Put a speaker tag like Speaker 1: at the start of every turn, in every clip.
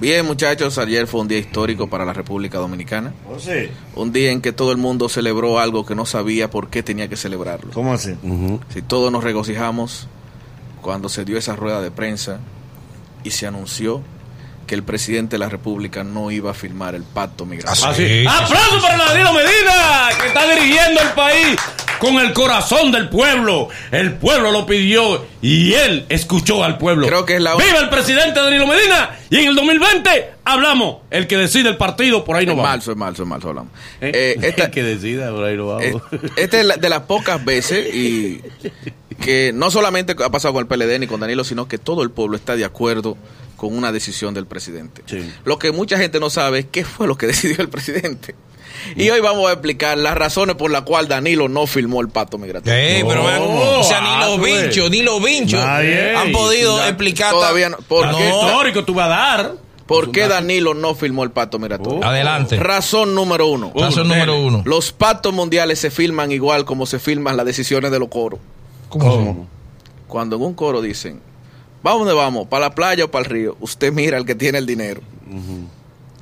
Speaker 1: Bien, muchachos, ayer fue un día histórico para la República Dominicana.
Speaker 2: ¿Oh,
Speaker 1: Un día en que todo el mundo celebró algo que no sabía por qué tenía que celebrarlo.
Speaker 2: ¿Cómo así?
Speaker 1: Si todos nos regocijamos cuando se dio esa rueda de prensa y se anunció que el presidente de la República no iba a firmar el pacto migratorio.
Speaker 3: ¡Aplauso para Danilo Medina! Que está dirigiendo el país con el corazón del pueblo. El pueblo lo pidió y él escuchó al pueblo.
Speaker 1: Creo que es la-
Speaker 3: ¡Viva el presidente Danilo Medina! Y en el 2020 hablamos. El que decide el partido, por ahí no
Speaker 1: en
Speaker 3: va.
Speaker 1: marzo, en marzo, en marzo hablamos.
Speaker 3: ¿Eh?
Speaker 1: Eh, esta-
Speaker 3: el que decida, por ahí no va.
Speaker 1: Eh, Esta es la- de las pocas veces y que no solamente ha pasado con el PLD ni con Danilo, sino que todo el pueblo está de acuerdo con una decisión del presidente.
Speaker 3: Sí.
Speaker 1: Lo que mucha gente no sabe es qué fue lo que decidió el presidente. Y hoy vamos a explicar las razones por las cuales Danilo no firmó el pacto migratorio.
Speaker 4: Ey, pero vean cómo- o sea,
Speaker 3: Ah,
Speaker 4: ni los vinchos, ni los vinchos
Speaker 2: Nadie.
Speaker 4: han podido explicar.
Speaker 1: Todavía no. ¿Por
Speaker 4: No.
Speaker 1: qué,
Speaker 3: histórico tú vas a dar.
Speaker 1: por qué Danilo no firmó el pacto migratorio?
Speaker 5: adelante.
Speaker 1: Razón número uno.
Speaker 5: Paso número uno.
Speaker 1: Los pactos mundiales se firman igual como se firman las decisiones de los coros.
Speaker 5: ¿Cómo?
Speaker 1: cuando en un coro dicen, ¿vamos dónde vamos? ¿Para la playa o para el río? Usted mira al que tiene el dinero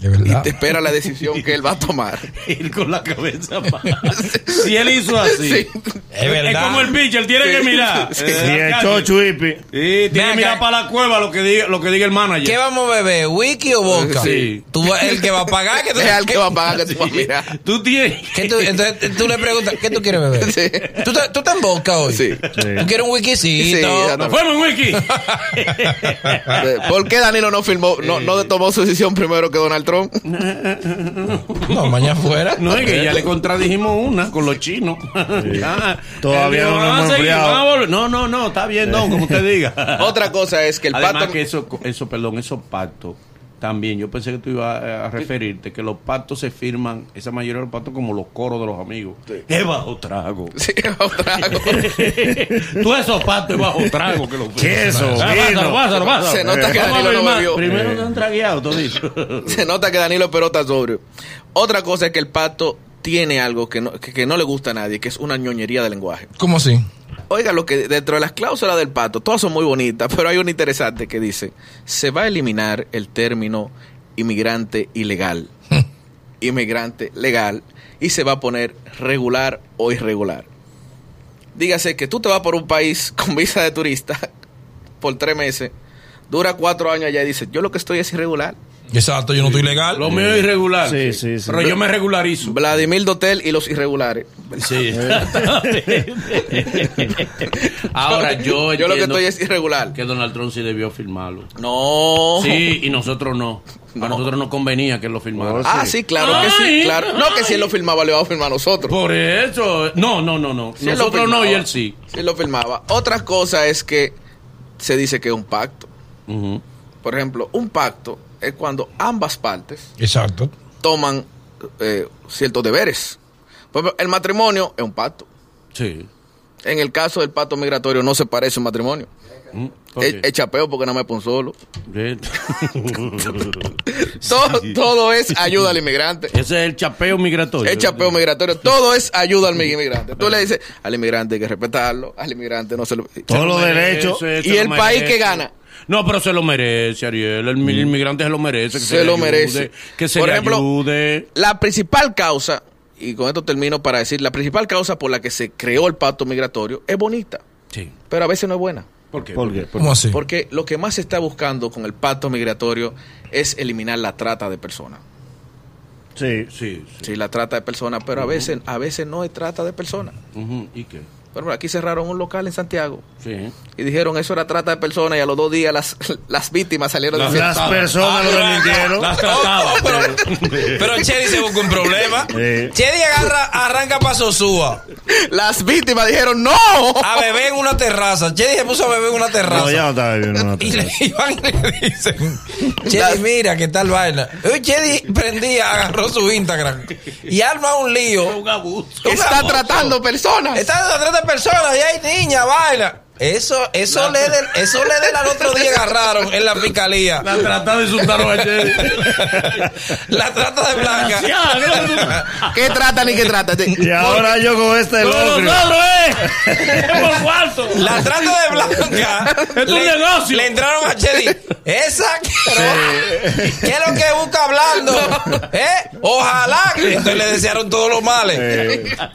Speaker 5: De verdad.
Speaker 1: y te espera la decisión que él va a tomar.
Speaker 3: Ir con la cabeza baja. Si él hizo así.
Speaker 1: Sí.
Speaker 5: Es
Speaker 3: Es
Speaker 5: verdad.
Speaker 3: como el pitcher, tiene que mirar.
Speaker 1: Sí.
Speaker 3: Eh,
Speaker 2: Y el
Speaker 3: casi.
Speaker 2: chocho hippie.
Speaker 3: Sí, tiene
Speaker 5: acá.
Speaker 3: que mirar para la cueva lo que diga, lo que diga el manager.
Speaker 5: ¿Qué vamos a beber? ¿Whisky o vodka?
Speaker 3: Sí.
Speaker 5: Tú, vas- el que va a pagar. Que tú,
Speaker 1: Es al que va a pagar que tú vas a mirar.
Speaker 3: Tú tienes.
Speaker 5: que tú- entonces tú le preguntas, ¿qué tú quieres beber?
Speaker 1: Sí.
Speaker 5: ¿Tú, te- tú estás en vodka hoy?
Speaker 1: Sí.
Speaker 5: ¿Tú quieres un whiskycito?
Speaker 1: Sí,
Speaker 3: Nos fuimos, Wiki.
Speaker 1: ¿Por qué Danilo no firmó, no, no tomó su decisión primero que Donald Trump?
Speaker 5: no, mañana fuera.
Speaker 3: No, es que ya le contradijimos una con los chinos. Ah,
Speaker 2: Todavía
Speaker 3: eh,
Speaker 2: no lo
Speaker 3: van a
Speaker 2: hemos
Speaker 3: seguir,
Speaker 2: enfriado.
Speaker 3: van a volver. No, no, no, está bien, don, como usted diga.
Speaker 1: Otra cosa es que el
Speaker 3: Además
Speaker 1: pacto...
Speaker 3: que eso, eso, perdón, esos pactos también, yo pensé que tú ibas a, a referirte que los pactos se firman, esa mayoría de los pactos como los coros de los amigos. Es bajo trago.
Speaker 1: Sí, otra cosa.
Speaker 3: Tú esos pactos es bajo trago que los
Speaker 2: Queso,
Speaker 3: Ah, Pásalo,
Speaker 2: vino.
Speaker 3: pásalo, pásalo.
Speaker 1: Se nota que
Speaker 3: Vamos a
Speaker 1: Danilo
Speaker 3: ver
Speaker 1: no
Speaker 3: más.
Speaker 1: bebió.
Speaker 3: Primero te han tragueado, tú dices.
Speaker 1: Se nota que Danilo Peró está sobrio. Otra cosa es que el pacto tiene algo que no, que- que no le gusta a nadie, que es una ñoñería de lenguaje.
Speaker 5: ¿Cómo así?
Speaker 1: Oiga, lo que dentro de las cláusulas del pato, todas son muy bonitas, pero hay una interesante que dice, se va a eliminar el término inmigrante ilegal, inmigrante legal, y se va a poner regular o irregular. Dígase que tú te vas por un país con visa de turista por tres meses, dura cuatro años allá y dices, yo lo que estoy es irregular.
Speaker 5: Exacto, yo no estoy legal.
Speaker 3: Lo mío es irregular.
Speaker 2: Sí, sí, sí.
Speaker 3: Pero yo me regularizo.
Speaker 1: Vladimir Dotel y los irregulares.
Speaker 3: Sí. Ahora yo
Speaker 1: yo lo que
Speaker 3: entiendo
Speaker 1: estoy es irregular.
Speaker 3: que Donald Trump sí debió firmarlo.
Speaker 1: No.
Speaker 3: Sí, y nosotros no.
Speaker 1: No.
Speaker 3: A nosotros no convenía que lo
Speaker 2: Oh,
Speaker 3: firmara.
Speaker 1: Ah, sí, claro que sí,
Speaker 3: Ay,
Speaker 1: claro. No, que si él lo
Speaker 3: ay.
Speaker 1: filmaba, le vamos a filmar a nosotros.
Speaker 3: Por eso. No, no, no, no.
Speaker 1: Sí él lo
Speaker 3: nosotros no
Speaker 1: filmaba.
Speaker 3: y él sí.
Speaker 1: Sí lo filmaba. Otra cosa es que se dice que es un pacto.
Speaker 3: Ujú.
Speaker 1: Por ejemplo, un pacto es cuando ambas partes
Speaker 5: Exacto.
Speaker 1: toman eh, ciertos deberes. Por ejemplo, el matrimonio es un pacto.
Speaker 3: Sí.
Speaker 1: En el caso del pacto migratorio no se parece a un matrimonio.
Speaker 3: Mm, ok.
Speaker 1: Es, es chapeo porque no me pone un solo.
Speaker 3: Bien.
Speaker 1: Todo, todo es ayuda al inmigrante.
Speaker 3: Ese es el chapeo migratorio.
Speaker 1: Es chapeo migratorio. Todo es ayuda al inmigrante. Tú le dices al inmigrante hay que respetarlo, al inmigrante no se lo...
Speaker 2: Todos los
Speaker 3: Merece,
Speaker 2: derechos.
Speaker 3: se
Speaker 1: Y
Speaker 3: lo
Speaker 1: el país
Speaker 3: merece.
Speaker 1: que gana.
Speaker 3: No, pero se lo merece, Ariel. El mi-
Speaker 6: Mm.
Speaker 3: inmigrante se lo merece. Que
Speaker 1: Se
Speaker 3: le
Speaker 1: lo
Speaker 3: ayude,
Speaker 1: merece.
Speaker 3: Que se
Speaker 1: Por
Speaker 3: le
Speaker 1: ejemplo,
Speaker 3: ayude.
Speaker 1: La principal causa, y con esto termino para decir, la principal causa por la que se creó el pacto migratorio es bonita,
Speaker 3: Sí.
Speaker 1: pero a veces no es buena.
Speaker 3: ¿Por qué?
Speaker 2: ¿Por qué? ¿Por
Speaker 5: ¿Cómo así?
Speaker 1: Porque lo que más se está buscando con el pacto migratorio es eliminar la trata de personas.
Speaker 2: qué? Sí.
Speaker 3: Sí, sí.
Speaker 1: Sí, la trata de personas, pero a veces, a veces no es trata de personas.
Speaker 3: Ujú, ¿Y qué?
Speaker 1: Por ejemplo, aquí cerraron un local en Santiago
Speaker 3: Sí.
Speaker 1: y dijeron eso era trata de personas y a los dos días las, las víctimas salieron de
Speaker 6: Las
Speaker 5: Ah,
Speaker 6: Ah, personas lo desmintieron.
Speaker 5: Las trataba.
Speaker 4: Pero Chedi se busca un problema.
Speaker 6: Sí.
Speaker 4: Chedi agarra, arranca para Sosúa
Speaker 1: Las víctimas dijeron ¡No!
Speaker 4: a beber en una terraza. Chedi se puso a beber en una terraza.
Speaker 6: No, ya no estaba bebiendo una
Speaker 4: Y
Speaker 6: terraza.
Speaker 4: le iban y le dicen, Chedi, mira qué tal vaina. Eh, Uy, Chedi prendía, agarró su Instagram y arma un lío.
Speaker 3: Un abuso.
Speaker 1: Está tratando personas.
Speaker 4: Está detrás de personas y hay niña, vaina. Eso, eso le del, eso le del al otro día agarraron en la fiscalía.
Speaker 3: La trata de insultar a Chedi.
Speaker 4: La trata de blanca.
Speaker 1: ¿Qué trata ni qué trata? Sí.
Speaker 6: Y ahora yo con este logro.
Speaker 3: eh.
Speaker 4: La trata de blanca. le, le entraron a Chedi. Esa que ¿Qué es lo que busca hablando? ¿Eh? Ojalá. Entonces le desearon todos los males.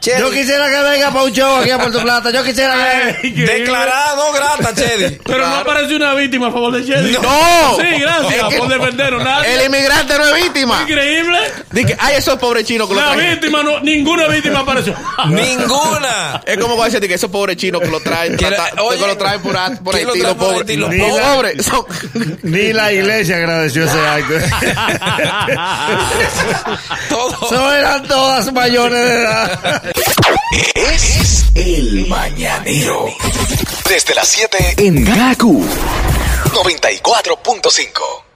Speaker 4: Chedi,
Speaker 6: Yo quisiera que venga para un show aquí a Puerto Plata. Yo quisiera que.
Speaker 4: declarada no grata, Chedi.
Speaker 3: Pero no apareció una víctima a favor de Chedi.
Speaker 1: ¡No!
Speaker 3: Sí,
Speaker 1: Es
Speaker 3: gracias
Speaker 1: que
Speaker 3: por defendernos. Nada.
Speaker 1: El inmigrante no es víctima.
Speaker 3: Increíble.
Speaker 1: Dice, ay, esos pobres chinos que lo
Speaker 3: La
Speaker 1: traen.
Speaker 3: víctima, no, ninguna víctima apareció.
Speaker 4: Ninguna.
Speaker 1: Es como cuando dicen que esos pobres chinos que lo traen,
Speaker 4: Que-
Speaker 1: trata-
Speaker 4: oye,
Speaker 1: que lo traen por, a- por
Speaker 4: que lo
Speaker 1: Haití,
Speaker 4: traen
Speaker 1: los
Speaker 4: por
Speaker 1: pobres.
Speaker 4: Haití, los
Speaker 1: Los
Speaker 6: pobres.
Speaker 1: pobres son-
Speaker 6: Ni la iglesia agradeció ese acto.
Speaker 4: Todo.
Speaker 6: No eran todas mayores de edad.
Speaker 7: Es el mañanero. Desde las 7 en Gaku 94.5.